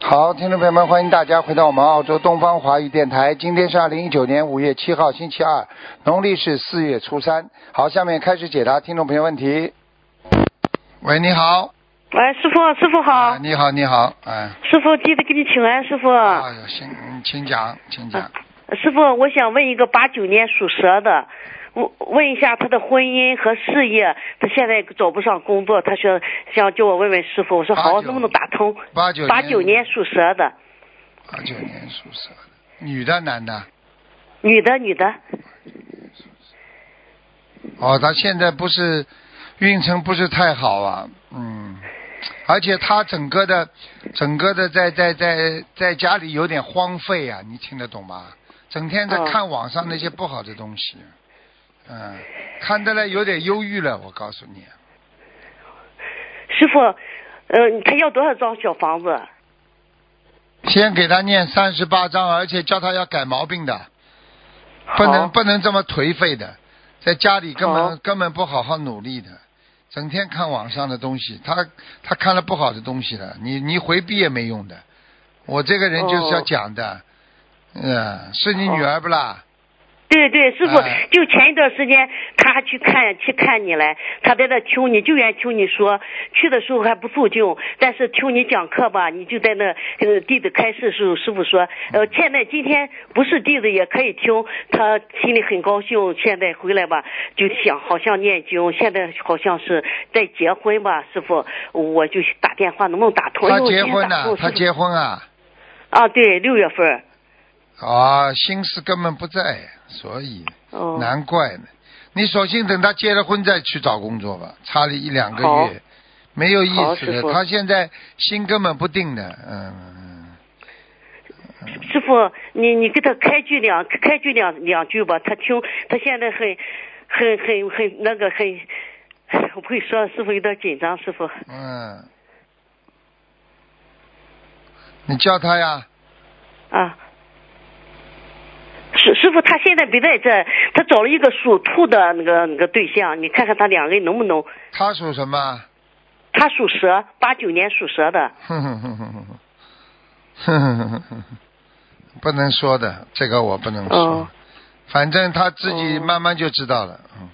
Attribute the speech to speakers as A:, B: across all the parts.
A: 好，听众朋友们，欢迎大家回到我们澳洲东方华语电台。今天是二零一九年五月七号，星期二，农历是四月初三。好，下面开始解答听众朋友问题。喂，你好。
B: 喂，哎师傅，师傅好。
A: 啊、你好，你好，哎。
B: 师傅，弟子给你请安，师傅。
A: 哎呦，请嗯请讲，请讲。
B: 师傅，我想问一个八九年属蛇的，问问一下他的婚姻和事业，他现在找不上工作，他说想叫我问问师傅，我说好，
A: 89
B: 能不能打通？
A: 八九
B: 八九年属蛇的，
A: 八九年属蛇的，女的男的？
B: 女的，女的，
A: 哦，她现在不是运程不是太好啊，嗯，而且她整个的整个的在在在在家里有点荒废啊，你听得懂吗？整天在
B: 哦
A: 看网上那些不好的东西，嗯，看得来有点忧郁了，我告诉你，
B: 师傅，嗯、他要多少张小房子？
A: 先给她念三十八章，而且叫她要改毛病的，不能
B: 好，
A: 不能这么颓废的，在家里根
B: 好
A: 本根本不好好努力的，整天看网上的东西，他他看了不好的东西了，你你回避也没用的。我这个人就是要
B: 哦
A: 讲的，嗯，是你
B: 好
A: 女儿不啦？
B: 对对，师傅
A: 哎，
B: 就前一段时间他还去看去看你来，他在那求你，就愿求你说，去的时候还不肃静，但是求你讲课吧，你就在那呃弟子开示时候，师傅说，呃，
A: 嗯
B: 现在今天不是弟子也可以听，他心里很高兴，现在回来吧，就想好像念经，现在好像是在结婚吧，师傅，我就打电话能不能打通？
A: 她
B: 因为我
A: 结
B: 今天
A: 婚
B: 打
A: 了
B: 通，
A: 她
B: 师傅
A: 结婚啊，
B: 啊，对，六月份，
A: 啊，心思根本不在，所以
B: 哦，
A: 难怪呢。你索性等她结了婚再去找工作吧，差了一两个
B: 好
A: 月，没有意
B: 好
A: 思
B: 师
A: 的。
B: 傅
A: 她现在心根本不定的，嗯。嗯
B: 师傅，你你给他开句两开句两两句吧，他听他现在很很很很那个很 不会说，师傅有点紧张，师傅
A: 嗯，你叫他呀，
B: 啊。师师傅，他现在不在这，他找了一个属兔的那个那个对象，你看看他两个人能不能？
A: 他属什么？
B: 他属蛇，八九年属蛇的，
A: 哼哼哼哼哼哼哼哼，不能说的，这个我不能说。
B: 哦
A: 反正他自己
B: 哦
A: 慢慢就知道了，嗯，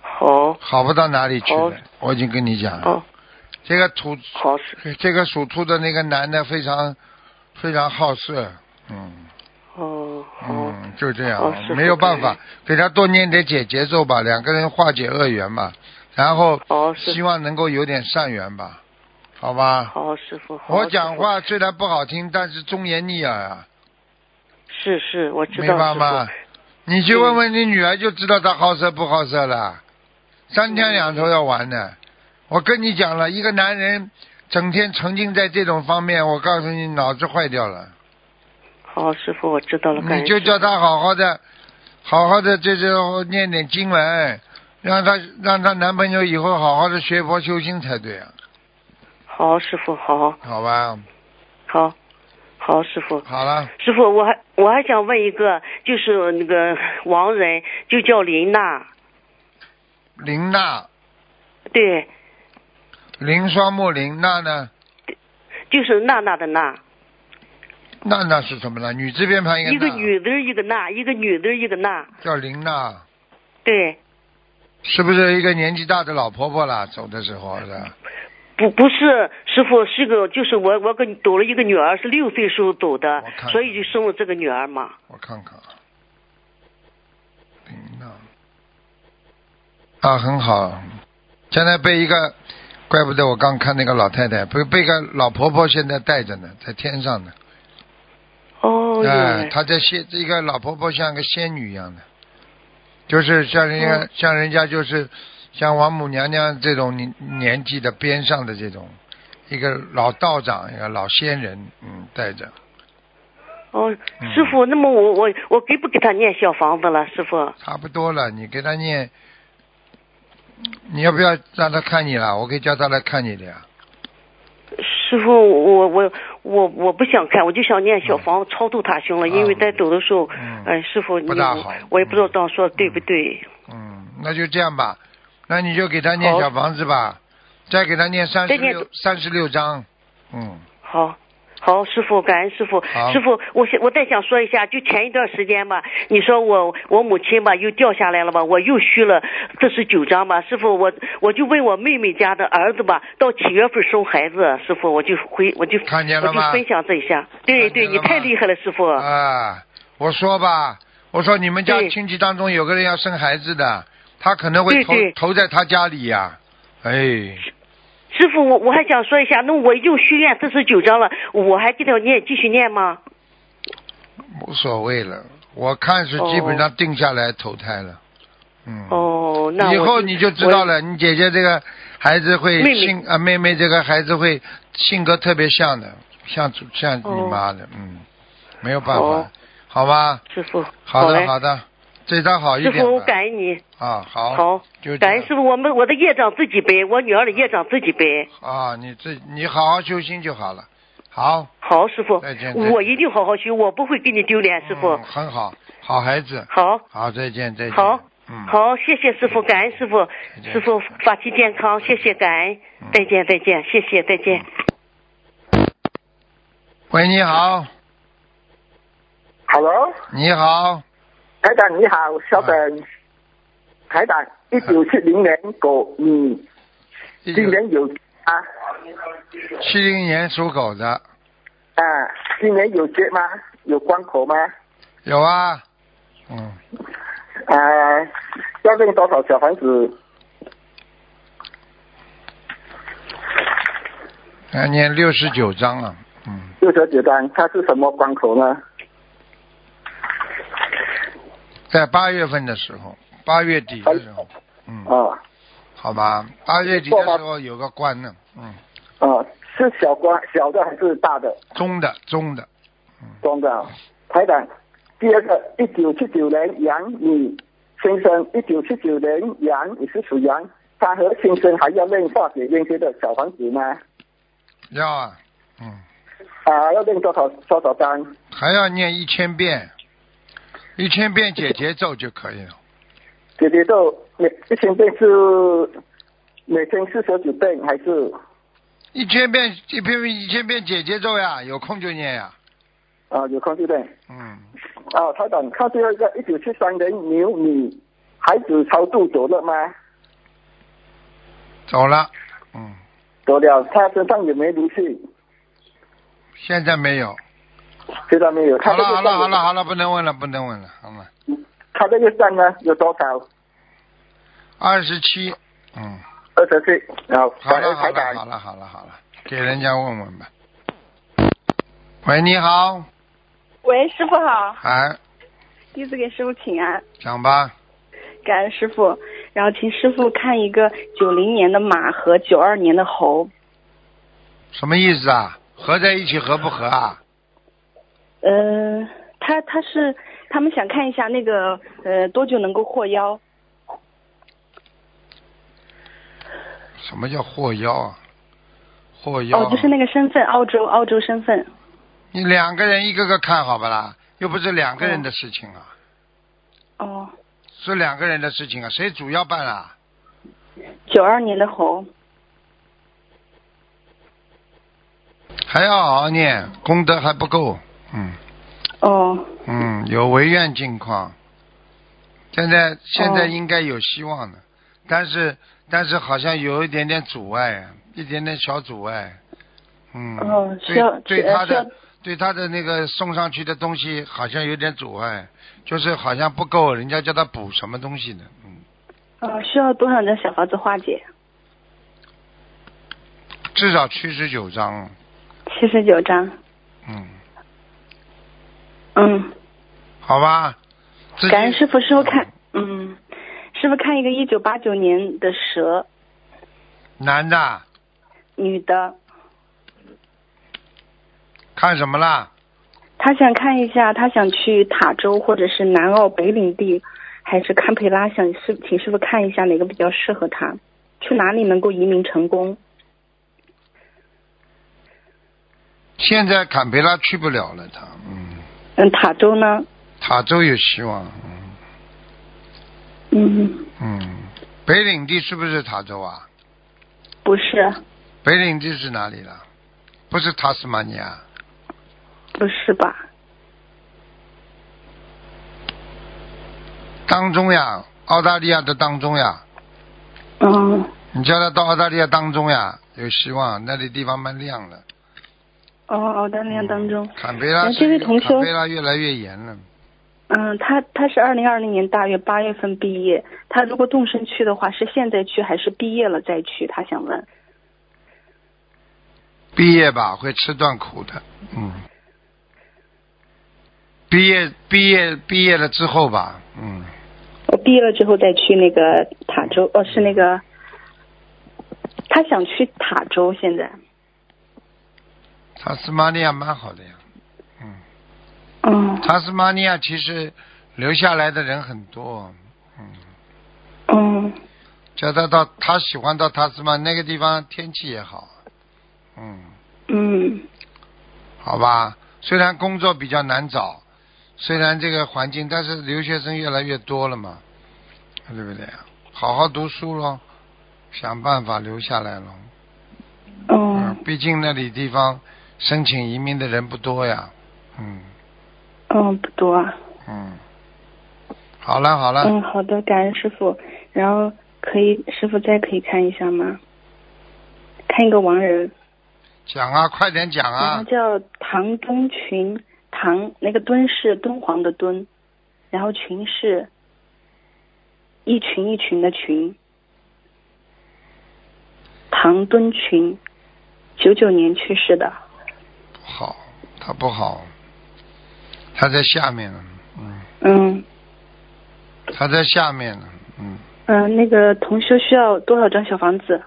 B: 好，
A: 好不到哪里去
B: 好
A: 的。我已经跟你讲了，
B: 哦，
A: 这个土，
B: 好是，
A: 这个属兔的那个男的非常非常好色，嗯
B: 哦，好，
A: 嗯，就这样
B: 好师，傅
A: 没有办法，给他多念点解节奏吧，两个人化解恶缘嘛，然后
B: 好哦师
A: 希
B: 傅，
A: 望能够有点善缘吧，好吧？
B: 好师傅，好
A: 我
B: 师
A: 讲
B: 傅
A: 话虽然不好听，但是忠言逆耳啊，
B: 是是，我知
A: 明
B: 道
A: 白
B: 师
A: 吗
B: 傅，？
A: 你
B: 嗯
A: 去问问你女儿就知道她好色不好色了，三天两头要玩的。我跟你讲了，一个男人整天沉浸在这种方面，我告诉你脑子坏掉了。
B: 好师傅，我知道了，感
A: 你
B: 恩
A: 就
B: 师
A: 叫
B: 傅
A: 他好好的，好好的，这就念点经文，让她让她男朋友以后好好的学佛修心才对啊，
B: 好，师傅，好，
A: 好吧？
B: 好，好，师傅，
A: 好了。
B: 师傅，我还我还想问一个，就是那个亡人，就叫林娜，
A: 林娜，
B: 对，
A: 林双木林娜呢？
B: 就是娜娜的娜，
A: 娜娜是什么呢？女字边旁
B: 一
A: 个
B: 个
A: 娜，
B: 女字儿一个娜，一个女字儿一个娜，
A: 叫林娜，
B: 对，
A: 是不是一个年纪大的老婆婆啦？走的时候是吧？
B: 不不是师傅，是个就是我我给抖了一个女儿，是六岁时候抖的
A: 我看，
B: 所以就生了这个女儿嘛。
A: 我看看啊，林娜啊，很好，现在被一个，怪不得我刚看那个老太太被被一个老婆婆现在带着呢，在天上呢，
B: 哦，原
A: 哎、
B: 来
A: 她在仙，这个老婆婆像个仙女一样的，就是像人家、像人家就是像王母娘娘这种年年纪的边上的这种一个老道长，一个老仙人，嗯，带着
B: 哦
A: 嗯，
B: 师傅，那么我我我给不给他念小房子了，师傅？
A: 差不多了。你给他念，你要不要让他看你了？我可以叫他来看你的呀。
B: 师傅，我我我我不想看，我就想念小房超度他行了，因为在走的时候，
A: 啊嗯
B: 哎，师傅你
A: 不大好
B: 我也不知道这样说对不对。
A: 嗯，那就这样吧，那你就给他念
B: 好
A: 小房子吧，再给他念三十
B: 再念
A: 六三十六章，嗯，
B: 好，好，师傅，感恩师傅
A: 好。
B: 师傅，我想我再想说一下，就前一段时间嘛，你说我我母亲吧又掉下来了嘛，我又续了四十九章嘛。师傅，我我就问我妹妹家的儿子吧，到几月份生孩子？师傅，我就回我就
A: 看见
B: 我
A: 了
B: 就
A: 吗？
B: 分享这一下。对
A: 看见
B: 对，
A: 了
B: 你
A: 吗
B: 太厉害了，师傅。
A: 啊，我说吧，我说你们家
B: 对
A: 亲戚当中有个人要生孩子的，他可能会
B: 对
A: 投
B: 对
A: 投在他家里呀、哎，
B: 师傅，我我还想说一下，那我又续愿四十九章了，我还给他念继续念吗？
A: 无所谓了，我看是基本上定下来投胎了，嗯，
B: 哦，那我
A: 以后
B: 就
A: 你就知道了，你姐姐这个孩子会
B: 妹妹
A: 性啊，妹妹这个孩子会性格特别像的，像祖像你
B: 哦
A: 妈的，嗯，没有办法，
B: 哦
A: 好吧，
B: 师傅，
A: 好的
B: 嘞，
A: 好的，对他好一
B: 师
A: 点
B: 傅，我
A: 吧，
B: 感恩你，
A: 啊好，
B: 好
A: 就这样
B: 感恩师傅，我们我的业障自己背，我女儿的业障自己背。
A: 啊，你自你好好修心就好了。好，
B: 好，师傅
A: 再见，
B: 我一定好好修，我不会给你丢脸，师傅
A: 嗯，。很好，好孩子，
B: 好，
A: 好，再见，再见。
B: 好，
A: 嗯，，
B: 好，谢谢师傅，感恩师傅，
A: 再见嗯
B: 师傅法体健康，谢谢感恩，再见，再见，谢谢，再见。
A: 喂，你好，
C: Hello，
A: 你好，
C: 台长你好，稍等。台长，一九七零年狗，你今年有啊
A: 七零年属狗的，
C: 啊，今年有节吗？有关口吗？
A: 有啊，嗯，
C: 啊，要用多少小房子？
A: 要念六十九章了，嗯，
C: 六十九张，它是什么关口呢？
A: 在八月份的时候，八月底的时候，嗯，
C: 哦
A: 好吧，八月底的时候有个关呢，嗯，
C: 哦，是小关小的还是大的？
A: 中的中的，
C: 中的。台长，第二个，一九七九年杨你先生，一九七九年杨，你是属羊，他和先生还要练化解冤结的小房子吗？
A: 要啊，嗯，
C: 啊，要练多少多少张？
A: 还要念一千遍，一千遍解节奏就可以了。
C: 姐姐咒每一千遍是每天四十九遍还是
A: 一千遍一遍一千遍姐姐咒呀，有空就念呀。
C: 啊有空就练？
A: 嗯，
C: 啊，台长，看最后一个，一九七三年牛你孩子超度走了吗？
A: 走了。嗯，
C: 走了，他身上有没有灵性？
A: 现在没有。
C: 知道没有？
A: 好
C: 他
A: 了
C: 的
A: 好
C: 业
A: 了
C: 障
A: 好了好了，不能问了不能问了，好吗？
C: 他的业障呢有多少？
A: 二十七。嗯，
C: 二十岁，然后
A: 好
C: 感
A: 了
C: 恩
A: 好
C: 台
A: 了
C: 长
A: 好。了好了好了，给人家问问吧。喂，你好，
D: 喂，师傅好，
A: 哎，
D: 弟子给师傅请安，
A: 讲吧。
D: 感恩师傅。然后请师傅看一个九零年的马和九二年的猴，
A: 什么意思啊？合在一起合不合啊？
D: 呃，他他是他们想看一下那个呃多久能够获邀，
A: 什么叫祸妖啊？祸妖、
D: 哦，就是那个身份，澳洲澳洲身份，
A: 你两个人一个个看好不啦？又不是两个人的事情啊。
D: 哦，
A: 是两个人的事情啊，谁主要办啊？
D: 九二年的猴，
A: 还要好好念，功德还不够，嗯
D: 哦
A: 嗯，有违愿境况。现在现在
D: 哦
A: 应该有希望的，但是但是好像有一点点阻碍啊，一点点小阻碍，嗯，
D: 哦，需要
A: 对对他
D: 需要
A: 的对他的那个送上去的东西好像有点阻碍，就是好像不够，人家叫他补什么东西呢？嗯，
D: 呃需要多少张小房子化解？
A: 至少七十九章，啊
D: 七十九张，
A: 嗯，
D: 嗯，
A: 好吧，自己
D: 感恩师傅，师傅看，嗯，师傅看一个一九八九年的蛇，
A: 男的啊。
D: 女的。
A: 看什么啦？
D: 他想看一下，他想去塔州或者是南澳北领地，还是堪培拉，想是请师傅看一下哪个比较适合他，去哪里能够移民成功？
A: 现在坎培拉去不了了，他嗯，
D: 嗯，塔州呢？
A: 塔州有希望，嗯
D: 嗯，
A: 嗯，北领地是不是塔州啊？
D: 不是，
A: 北领地是哪里了？不是塔斯马尼亚，
D: 不是吧？
A: 当中呀，澳大利亚的当中呀，
D: 嗯
A: 你叫他到澳大利亚当中呀，有希望，那里地方蛮亮的。
D: 哦，澳大利亚当中，
A: 坎嗯培拉
D: 哎
A: 是，
D: 这位同修
A: 坎培拉越来越严了。
D: 嗯，他他是二零二零年大约八月份毕业，他如果动身去的话，是现在去还是毕业了再去？他想问。
A: 毕业吧，会吃段苦的。嗯，毕业毕业毕业了之后吧，嗯，
D: 我毕业了之后再去那个塔州，哦，是那个，他想去塔州，现在，
A: 塔斯马尼亚蛮好的呀。嗯，
D: 嗯
A: 塔斯马尼亚其实留下来的人很多。嗯，
D: 嗯
A: 叫他到他喜欢到塔斯曼那个地方，天气也好。嗯，
D: 嗯
A: 好吧，虽然工作比较难找，虽然这个环境，但是留学生越来越多了嘛，对不对啊？好好读书咯，想办法留下来咯。
D: 嗯
A: 毕竟那里地方申请移民的人不多呀。嗯
D: 嗯，不多啊，
A: 嗯，好了好了，
D: 嗯，好的，感恩师傅，然后可以，师傅再可以看一下吗？看一个亡人，
A: 讲啊，快点讲
D: 然后
A: 啊。
D: 叫唐东群，唐那个敦是敦煌的敦，然后群是一群一群的群，唐敦群，九九年去世的，
A: 不好，他不好，他在下面呢。嗯，
D: 嗯
A: 他在下面呢。嗯，
D: 嗯、呃那个同修需要多少张小房子？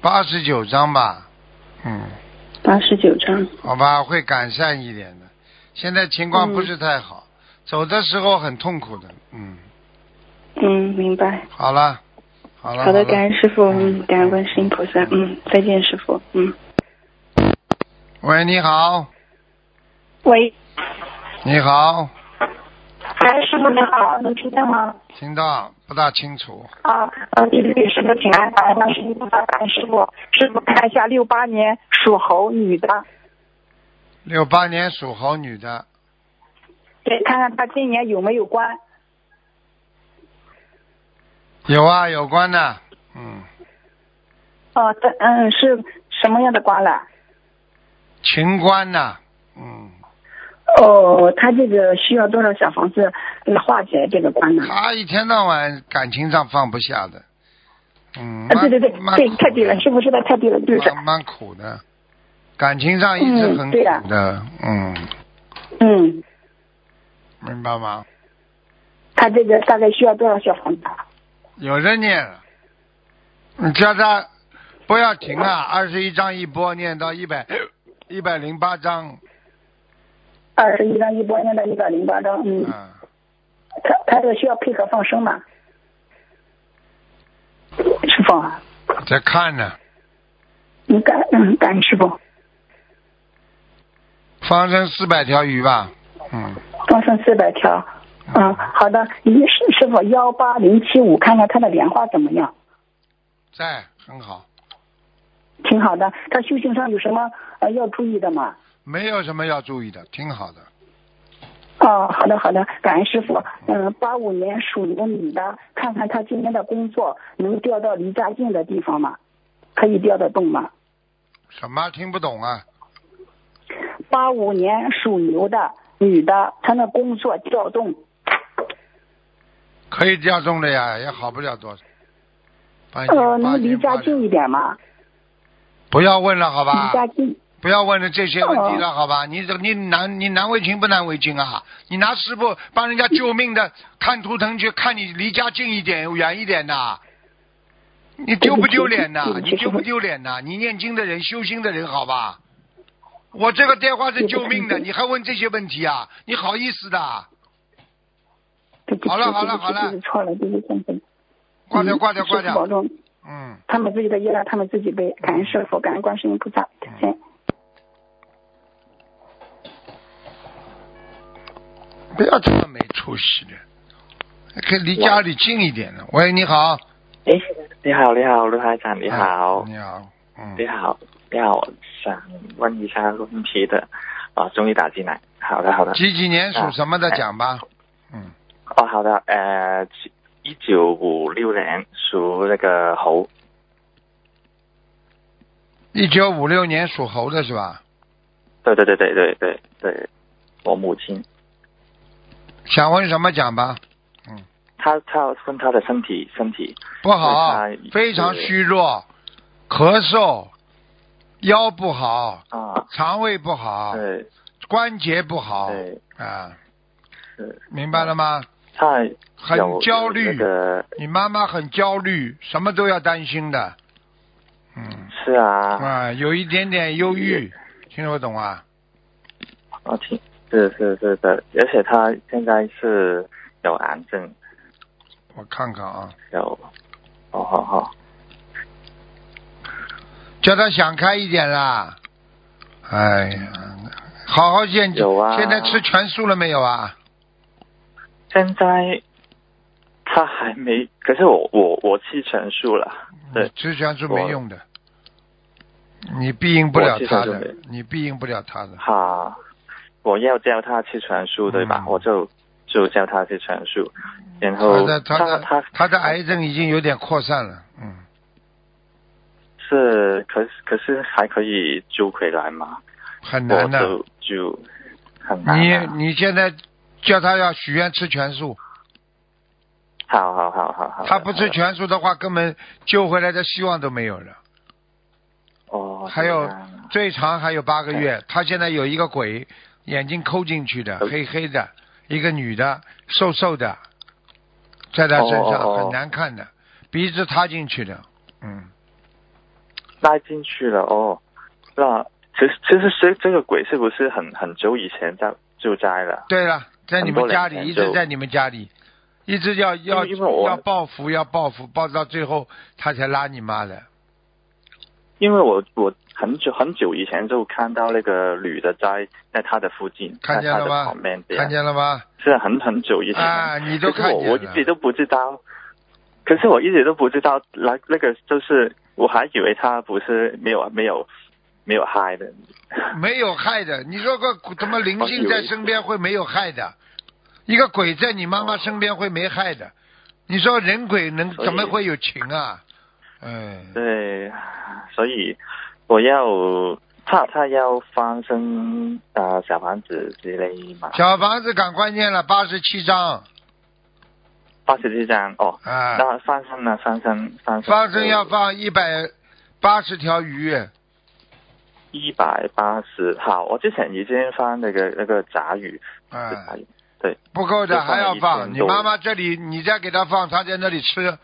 A: 八十九章吧。嗯，
D: 八十九张，
A: 好吧，会改善一点的。现在情况不是太好，走的时候很痛苦的。嗯，
D: 嗯，明白。
A: 好了，好了。
D: 好的，
A: 了
D: 感恩师傅，嗯，感恩观世音菩萨，嗯，再见，师傅，嗯。
A: 喂，你好，
E: 喂，
A: 你好，
E: 哎，师傅你好，能听见吗？
A: 听到不大清楚。
E: 啊，呃，弟子给师傅请安，感恩观世音菩萨，感恩师傅。师傅看一下，六八年属猴女的，
A: 六八年属猴女的，
E: 对，看看她今年有没有关。
A: 有啊，有关的，嗯，
E: 哦、这嗯是什么样的关了？
A: 情关呐，嗯，
E: 哦，她这个需要多少小房子化解这个关呢？
A: 她一天到晚感情上放不下的，嗯，
E: 啊，对对对
A: 蛮
E: 对，太对了，师傅说的太对了，就是，
A: 蛮蛮苦的，感情上一直很
E: 嗯对呀
A: 苦的，嗯，
E: 嗯，
A: 明白吗？
E: 她这个大概需要多少小房子？啊
A: 有人念了，你叫他不要停啊，二十一章一波念到一百一百零八章，
E: 二十一张一波，现在一百零八张，嗯，
A: 嗯，
E: 她她这个需要配合放生吗？师傅啊。
A: 在看呢。
E: 嗯，感嗯感恩师傅，
A: 放生四百条鱼吧，嗯，
E: 放生四百条。嗯，好的，你师师傅幺八零七五，看看他的莲花怎么样？
A: 在很好，
E: 挺好的，他修行上有什么呃要注意的吗？
A: 没有什么要注意的，挺好的。
E: 哦，好的好的，感恩师傅。嗯，八五年属牛女的，看看他今天的工作能调到离家近的地方吗？可以调得动吗？
A: 什么听不懂啊？
E: 八五年属牛的女的，她的工作调动
A: 可以调动的呀，也好不了多少。半斤
E: 呃
A: 哎八
E: 能离
A: 斤八
E: 家
A: 两
E: 近一点吗？
A: 不要问了，好吧
E: 离？家哦近。
A: 不要问了这些问题了，好吧？你怎你难你难为情不难为情啊？你拿师傅帮人家救命 的看图腾去看你离家近一点远一点呐、你丢不丢脸呐、
E: 对不起
A: 你丢不丢脸呐、你念经的人修心的人好吧？我这个电话是救命的，你还问这些问题啊？你好意思的啊？
E: 对不起
A: 好了好了
E: 对不起
A: 好了
E: 对不起错了，对不起，对不起
A: 挂掉挂掉挂
E: 嗯师父
A: 掉，
E: 保重，
A: 嗯。
E: 他们自己的业障他们自己背，感恩师傅，感恩观世音菩萨，再见。
A: 不要这么没出息的，可以离家里近一点的。喂，你好，
F: 哎，你好，你好，卢台长，你好。
A: 你好，嗯
F: 你好，你好，我想问一下问题的，啊，终于打进来，好的，好啊的，
A: 几几年属什么的讲吧？嗯，
F: 哦，好的，呃，一九五六年属那个猴，
A: 一九五六年属猴的是吧？
F: 对对对对对对对，我母亲，
A: 想问什么讲吧？嗯，
F: 她她问她的身体身体，
A: 不好
F: 那他，
A: 非常虚弱，咳嗽，腰不好，
F: 啊，
A: 肠胃不好，
F: 对
A: 关节不好
F: 对
A: 啊，
F: 是，
A: 明白了吗？
F: 她
A: 很
F: 有
A: 焦
F: 有
A: 虑
F: 那个
A: 你妈妈很焦虑，什么都要担心的。嗯
F: 是啊，
A: 啊，有一点点忧郁，听得懂啊？
F: 我听是是是的，而且她现在是有癌症，
A: 我看看啊，
F: 有，哦好好，
A: 叫他想开一点啦。哎呀，好好念经。
F: 有啊
A: 现在吃全素了没有啊？
F: 现在她还没，可是我我我吃全素了，对
A: 你，吃全素没用的，你庇应不了他
F: 我吃全素
A: 的
F: 没，
A: 你庇应不了他的。
F: 哈，我要叫他去传输，对吧？
A: 嗯
F: 我就就叫他去传输，然
A: 他
F: 后
A: 的哦他的
F: 哦他
A: 他的癌症已经有点扩散了，嗯，
F: 是，可是可是还可以救回来吗？
A: 很
F: 我
A: 难的。
F: 就就很难
A: 你
F: 啊。
A: 你现在叫他要许愿吃全素，
F: 好好好好好。
A: 他不吃
F: 好的
A: 全素的话，根本救回来的希望都没有了。
F: 哦，
A: 还有
F: 这样啊
A: 最长还有八个月。他现在有一个鬼，眼睛抠进去的，
F: 嗯
A: 黑黑的，一个女的，瘦瘦的，在他身
F: 哦
A: 上
F: 哦哦
A: 很难看的，鼻子塌进去的，嗯，
F: 拉进去了哦。那其实其实这这个鬼是不是很很久以前在就摘了？
A: 对了，在你
F: 很多
A: 们
F: 人
A: 家里
F: 研
A: 一
F: 究
A: 直在你们家里，一直要要
F: 因为我
A: 要报复要报复，报到最后他才拉你妈的，
F: 因为我我很久很久以前就看到那个女的在在她的附近，
A: 看见了
F: 在她的
A: 吗
F: 旁边？这样
A: 看见了吗？
F: 是很很久以前
A: 啊你都
F: 可是
A: 看见
F: 我我一
A: 了
F: 直都不知道，可是我一直都不知道，那那个就是我还以为他不是没有没有没有嗨的，
A: 没有害的。你说个怎么灵性在身边会没有害的？一个鬼在你妈妈身边会没害的？你说人鬼能
F: 所以
A: 怎么会有情啊？嗯，
F: 对，所以我要怕他要翻身啊、呃小房子之类嘛，
A: 小房子赶快念了八十七章
F: 八十七张哦，
A: 啊，
F: 那翻身呢？翻身翻身
A: 放生要放一百八十条鱼，
F: 一百八十，好，我之前已经翻那个那个杂鱼，
A: 啊
F: 是，杂鱼对。
A: 不够的
F: 就放了
A: 还要
F: 一
A: 放。
F: 天
A: 你
F: 多
A: 妈妈这里，你再给她放，她在那里吃。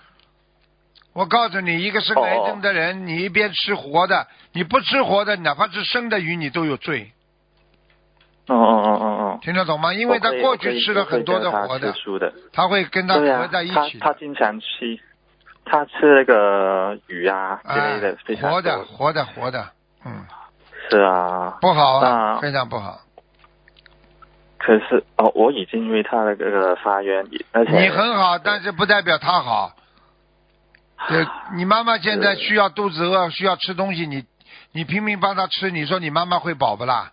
A: 我告诉你，一个生癌
F: 哦
A: 症的人，你一边吃活的，你不吃活的，哪怕是生的鱼，你都有罪。
F: 哦哦哦哦哦。
A: 听得懂吗？因为他
F: 我可以
A: 过
F: 我可
A: 去
F: 以
A: 吃了很多的活
F: 我可以叫他
A: 的
F: 吃，素的，
A: 他会跟他
F: 对啊
A: 合，在一
F: 他
A: 起的
F: 他经常吃，他吃那个鱼啊之类的，非常
A: 活的，
F: 多
A: 活的，活的，嗯，
F: 是啊。
A: 不好啊，
F: 那
A: 非常不好。
F: 可是哦，我已经为他那个发愿，而且
A: 你很好，但是不代表他好。对，你妈妈现在
F: 是
A: 需要肚子饿，需要吃东西，你你拼命帮她吃，你说你妈妈会饱不啦？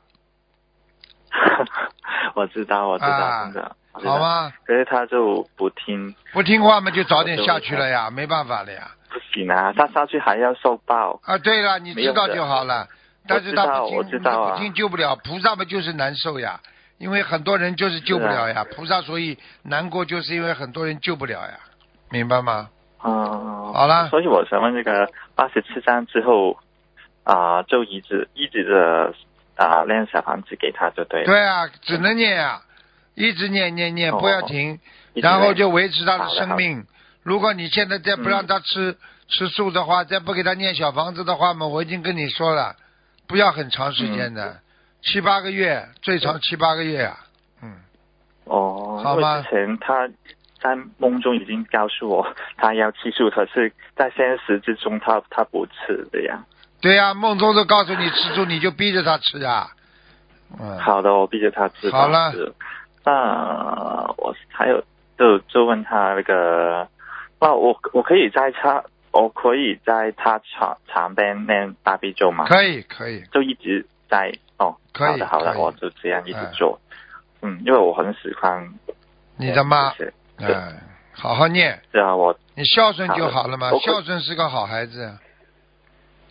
F: 我知道，我知道，
A: 啊
F: 真的，我知道
A: 好？吗？
F: 可是他就不听，
A: 不听话嘛，就早点下去了呀，没办法了呀。
F: 不行啊，他下去还要受报。
A: 啊，对了，你知道就好了。但是他不
F: 我
A: 听，
F: 知道我知道啊
A: 不听救不了，菩萨嘛就是难受呀，因为很多人就是救不了
F: 啊
A: 呀，菩萨所以难过，就是因为很多人救不了呀，明白吗？
F: 哦，
A: 好啦
F: 所以我想问这个八十七章之后啊、就一直一直的啊、练小房子给他就对了。
A: 对啊，只能念啊，一直念念念，
F: 哦
A: 不要停，
F: 一直练
A: 然后就维持他的
F: 好的嗯
A: 生命。如果你现在再不让他吃、吃素的话，再不给他念小房子的话嘛，我已经跟你说了，不要很长时间
F: 嗯
A: 的，七八个月，最长七八个月啊。嗯，
F: 哦，
A: 好吧
F: 因为之前他在梦中已经告诉我他要吃素，可是在现实之中他他不吃这样。
A: 对呀、梦中都告诉你吃素，你就逼着他吃啊。嗯，
F: 好的，我逼着他吃。
A: 好了
F: 是。那我还有就就问他那个，那我我可以在他我可以在他床床边练大悲咒吗？
A: 可以可以，
F: 就一直在哦，
A: 可以
F: 好的好
A: 可
F: 的，
A: 以
F: 我就这样一直
A: 嗯
F: 做。嗯，因为我很喜欢呃
A: 你的妈
F: 就，是对
A: 嗯，好好念，
F: 对啊，我
A: 你孝顺就好了嘛
F: 好的，我会
A: 孝顺是个好孩子，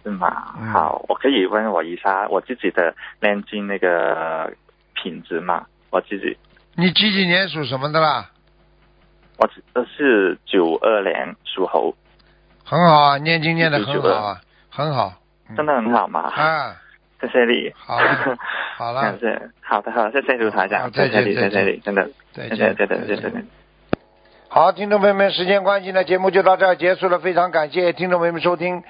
F: 是吗？
A: 嗯
F: 好，我可以问我一下我自己的练经那个品质嘛？我自己
A: 你几几年属什么的啦？
F: 我只我是九二年属猴，
A: 很好啊，念经念的很好啊，很好，嗯
F: 真的很好嘛？
A: 啊，
F: 谢谢你。
A: 好了好了
F: 感谢，好的好的，谢谢卢台
A: 好
F: 长，
A: 再
F: 谢谢
A: 见
F: 你，
A: 再
F: 谢谢
A: 见
F: 你，真的，
A: 再
F: 谢谢
A: 见
F: 谢谢谢谢你。
A: 好，听众朋友们，时间关系呢，节目就到这儿结束了。非常感谢听众朋友们收听。